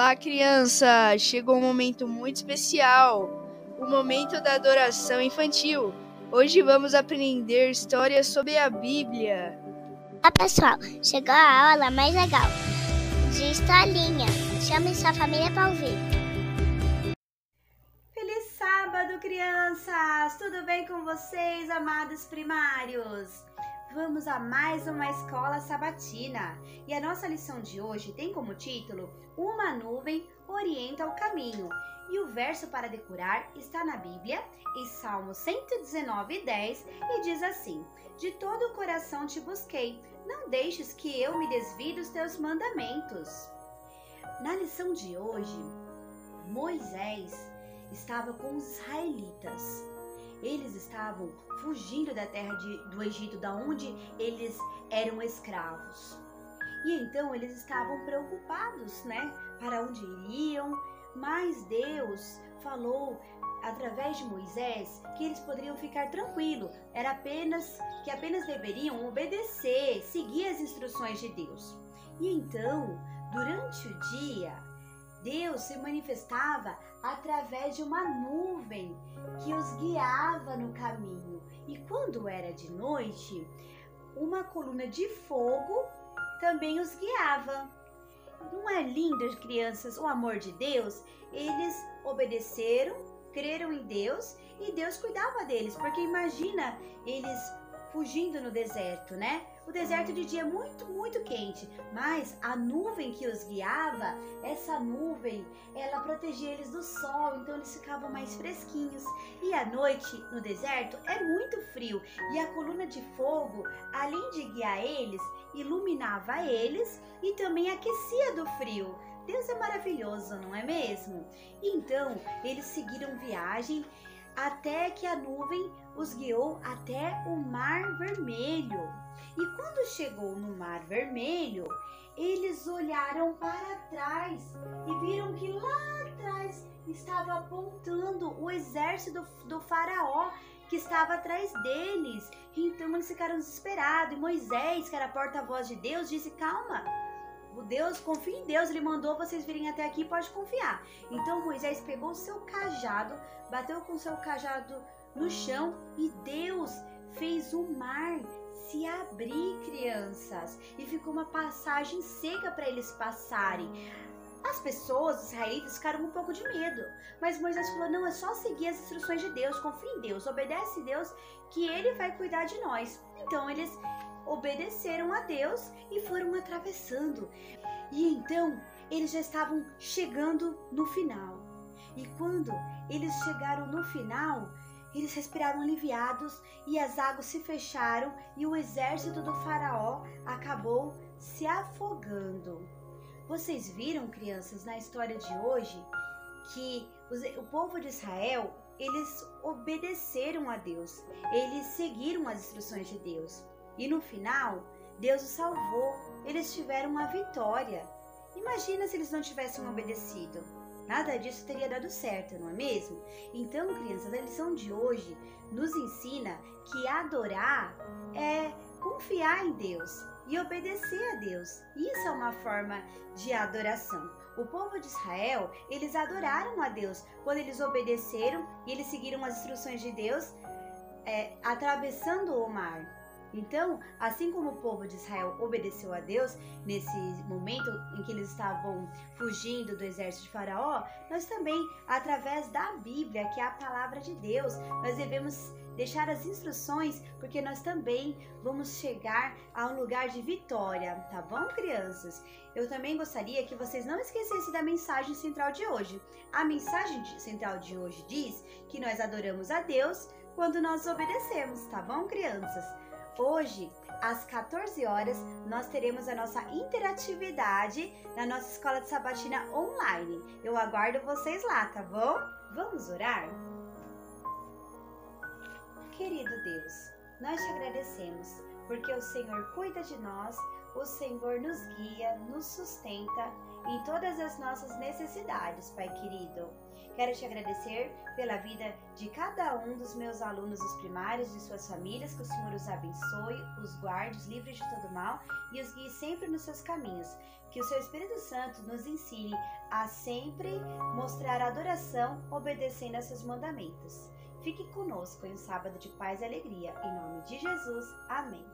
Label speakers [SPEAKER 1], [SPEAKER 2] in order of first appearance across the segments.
[SPEAKER 1] a criança, chegou um momento muito especial, o momento da adoração infantil. Hoje vamos aprender histórias sobre a Bíblia.
[SPEAKER 2] Olá pessoal, chegou a aula mais legal de historinha. Chame sua família para ouvir.
[SPEAKER 3] Feliz sábado, crianças! Tudo bem com vocês, amados primários? Vamos a mais uma escola sabatina e a nossa lição de hoje tem como título Uma nuvem orienta o caminho e o verso para decorar está na Bíblia em Salmo 119, 10 e diz assim: De todo o coração te busquei, não deixes que eu me desvie dos teus mandamentos. Na lição de hoje, Moisés estava com os israelitas eles estavam fugindo da terra de, do Egito, da onde eles eram escravos. E então eles estavam preocupados, né? Para onde iriam? Mas Deus falou através de Moisés que eles poderiam ficar tranquilos, era apenas que apenas deveriam obedecer, seguir as instruções de Deus. E então, durante o dia, Deus se manifestava através de uma nuvem que os guiava no caminho. E quando era de noite, uma coluna de fogo também os guiava. Não é lindo, crianças, o amor de Deus? Eles obedeceram, creram em Deus e Deus cuidava deles, porque imagina eles fugindo no deserto, né? O deserto de dia é muito, muito quente, mas a nuvem que os guiava, essa nuvem, ela protegia eles do sol, então eles ficavam mais fresquinhos. E à noite, no deserto, é muito frio, e a coluna de fogo, além de guiar eles, iluminava eles e também aquecia do frio. Deus é maravilhoso, não é mesmo? Então, eles seguiram viagem até que a nuvem os guiou até o Mar Vermelho. E quando chegou no Mar Vermelho, eles olharam para trás e viram que lá atrás estava apontando o exército do, do faraó que estava atrás deles. Então eles ficaram desesperados. E Moisés, que era porta-voz de Deus, disse: Calma, o Deus, confia em Deus, ele mandou vocês virem até aqui, pode confiar. Então Moisés pegou o seu cajado, bateu com o seu cajado no chão e Deus fez o mar se abrir, crianças, e ficou uma passagem seca para eles passarem. As pessoas, os israelitas, ficaram um pouco de medo, mas Moisés falou: não, é só seguir as instruções de Deus, confia em Deus, obedece Deus, que ele vai cuidar de nós. Então eles obedeceram a Deus e foram atravessando. E então eles já estavam chegando no final. E quando eles chegaram no final, eles respiraram aliviados e as águas se fecharam e o exército do Faraó acabou se afogando. Vocês viram, crianças, na história de hoje que o povo de Israel eles obedeceram a Deus, eles seguiram as instruções de Deus. E no final, Deus os salvou. Eles tiveram uma vitória. Imagina se eles não tivessem obedecido. Nada disso teria dado certo, não é mesmo? Então, crianças, a lição de hoje nos ensina que adorar é confiar em Deus e obedecer a Deus. Isso é uma forma de adoração. O povo de Israel, eles adoraram a Deus quando eles obedeceram e eles seguiram as instruções de Deus, é, atravessando o mar. Então, assim como o povo de Israel obedeceu a Deus nesse momento em que eles estavam fugindo do exército de Faraó, nós também, através da Bíblia, que é a palavra de Deus, nós devemos deixar as instruções, porque nós também vamos chegar a um lugar de vitória, tá bom, crianças? Eu também gostaria que vocês não esquecessem da mensagem central de hoje. A mensagem central de hoje diz que nós adoramos a Deus quando nós obedecemos, tá bom, crianças? Hoje, às 14 horas, nós teremos a nossa interatividade na nossa escola de sabatina online. Eu aguardo vocês lá, tá bom? Vamos orar? Querido Deus, nós te agradecemos porque o Senhor cuida de nós, O Senhor nos guia, nos sustenta em todas as nossas necessidades, Pai querido. Quero te agradecer pela vida de cada um dos meus alunos dos primários, de suas famílias, que o Senhor os abençoe, os guarde, os livre de todo mal e os guie sempre nos seus caminhos. Que o seu Espírito Santo nos ensine a sempre mostrar adoração obedecendo a seus mandamentos. Fique conosco em um sábado de paz e alegria. Em nome de Jesus. Amém.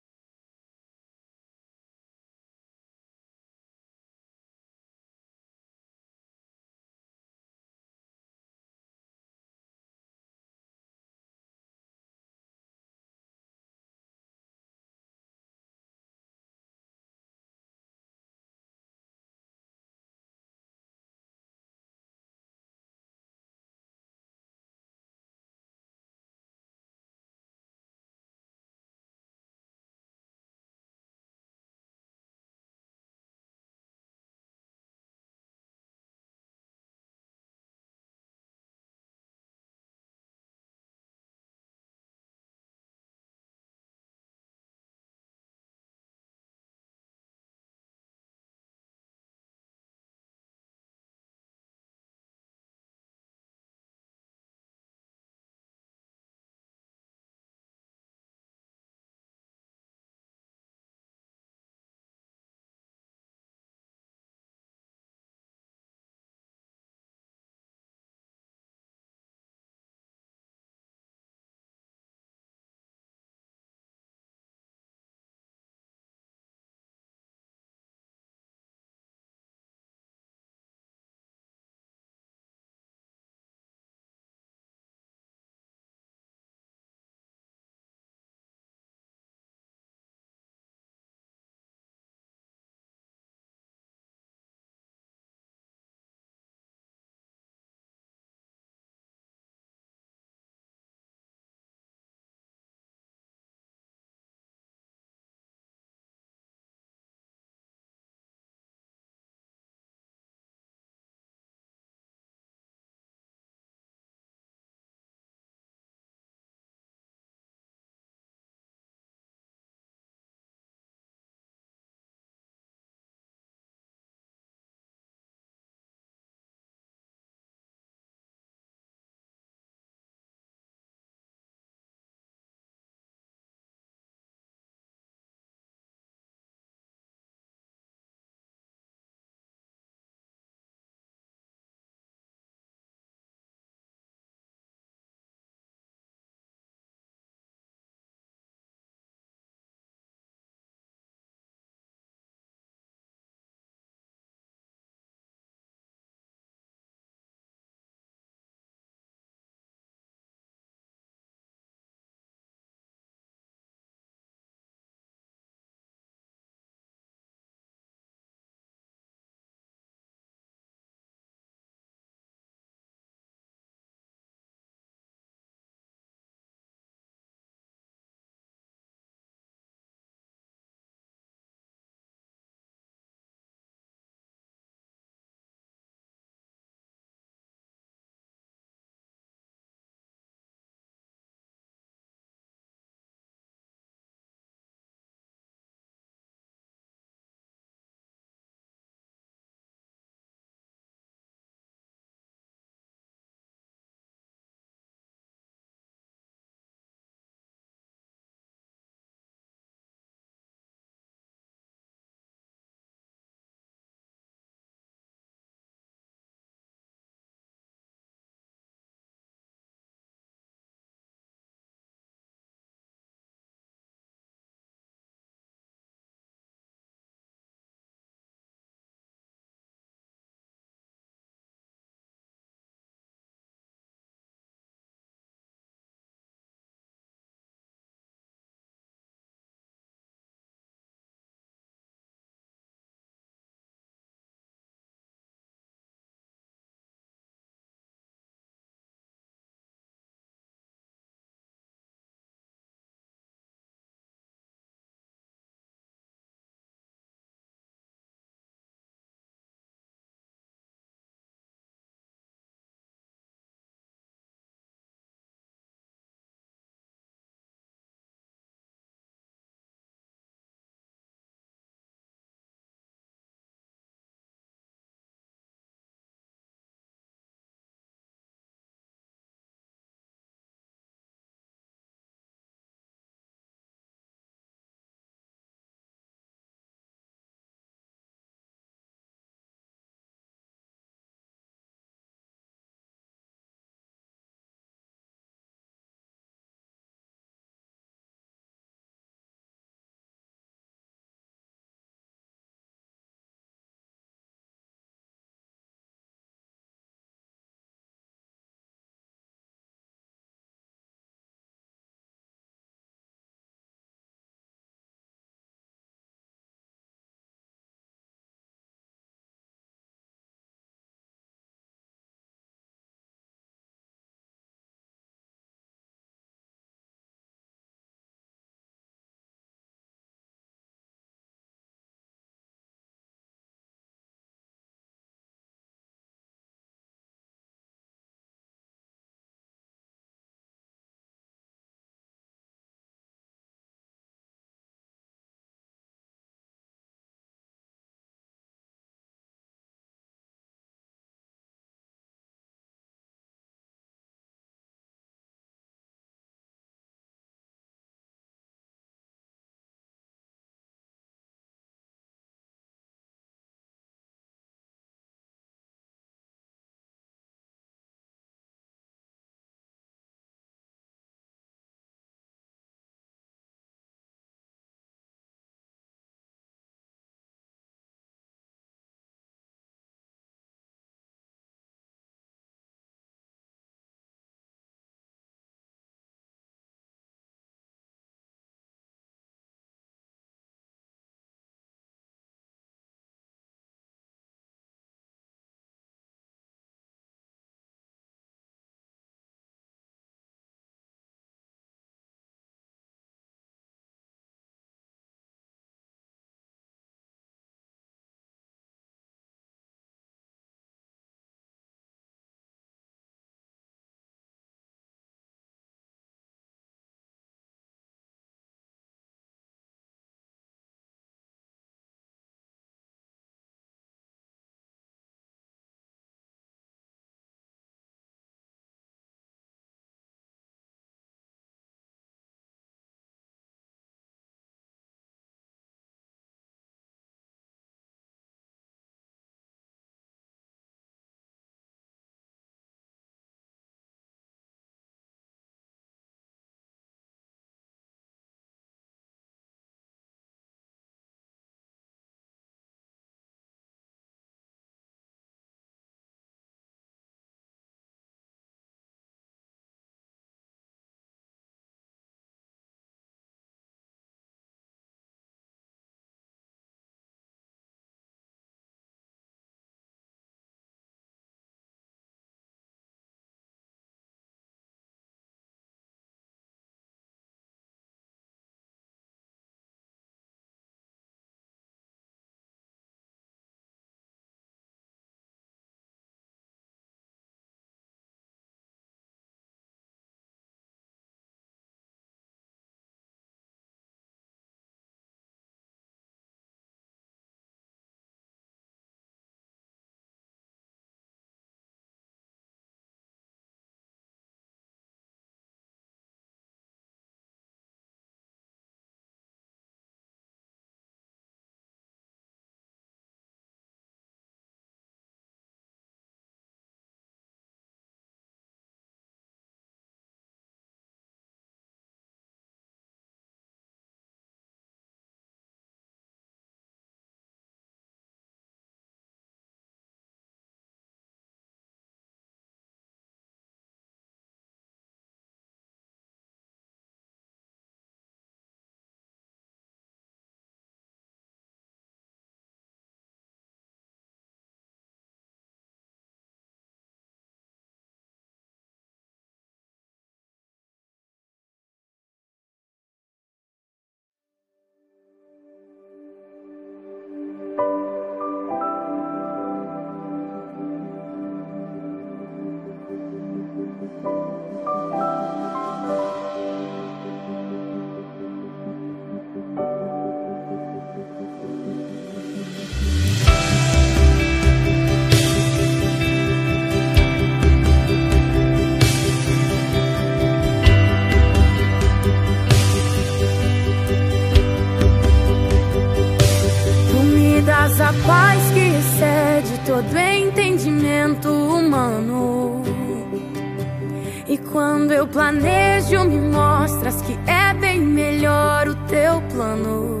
[SPEAKER 4] Quando eu planejo, me mostras que é bem melhor o teu plano.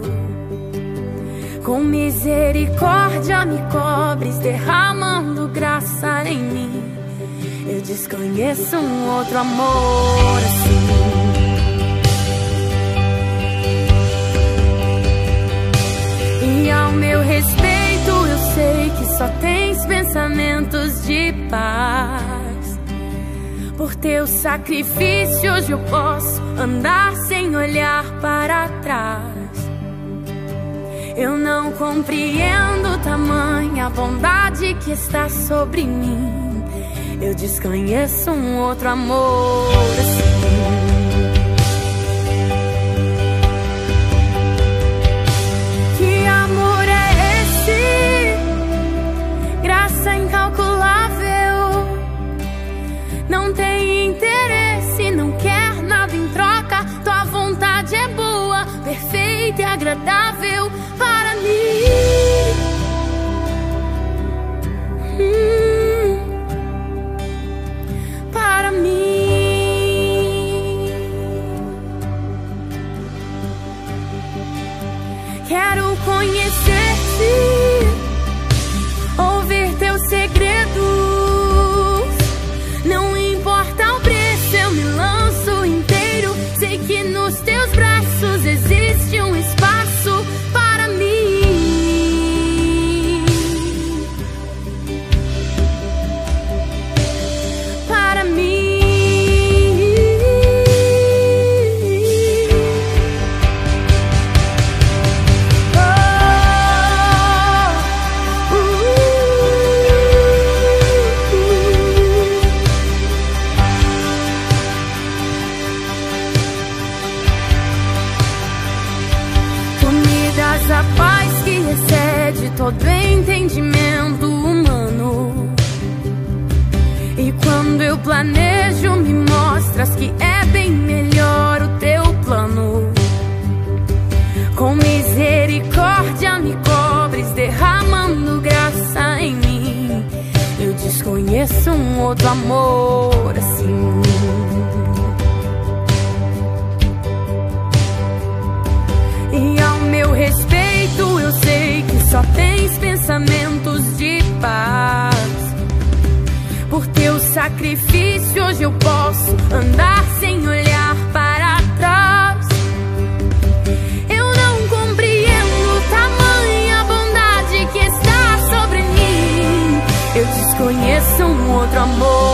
[SPEAKER 4] Com misericórdia me cobres, derramando graça em mim. Eu desconheço um outro amor assim. E ao meu respeito, eu sei que só tens pensamentos de paz. Por teu sacrifício, hoje eu posso andar sem olhar para trás. Eu não compreendo tamanha bondade que está sobre mim. Eu desconheço um outro amor assim. Que amor é esse? Graça incalculável. Não tem interesse, não quer nada em troca. Tua vontade é boa, perfeita e agradável para mim. Hum, para mim. Quero conhecer-te, ouvir teus segredos. Não importa o preço, eu me lanço inteiro. Sei que nos teus braços existe um espaço para mim. Para mim. Oh, Tu me das a paz que excede todo entendimento humano. E quando eu planejo, me mostras que é bem melhor o teu plano. Com misericórdia me cobres, derramando graça em mim. Eu desconheço um outro amor assim. E ao meu respeito, eu sei que só tens pensamentos de paz. Por teu sacrifício, hoje eu posso andar sem olhar para trás. Eu não compreendo tamanha bondade que está sobre mim. Eu desconheço um outro amor assim. Oh, é é um um assim. um assim. Oh, é é um Oh,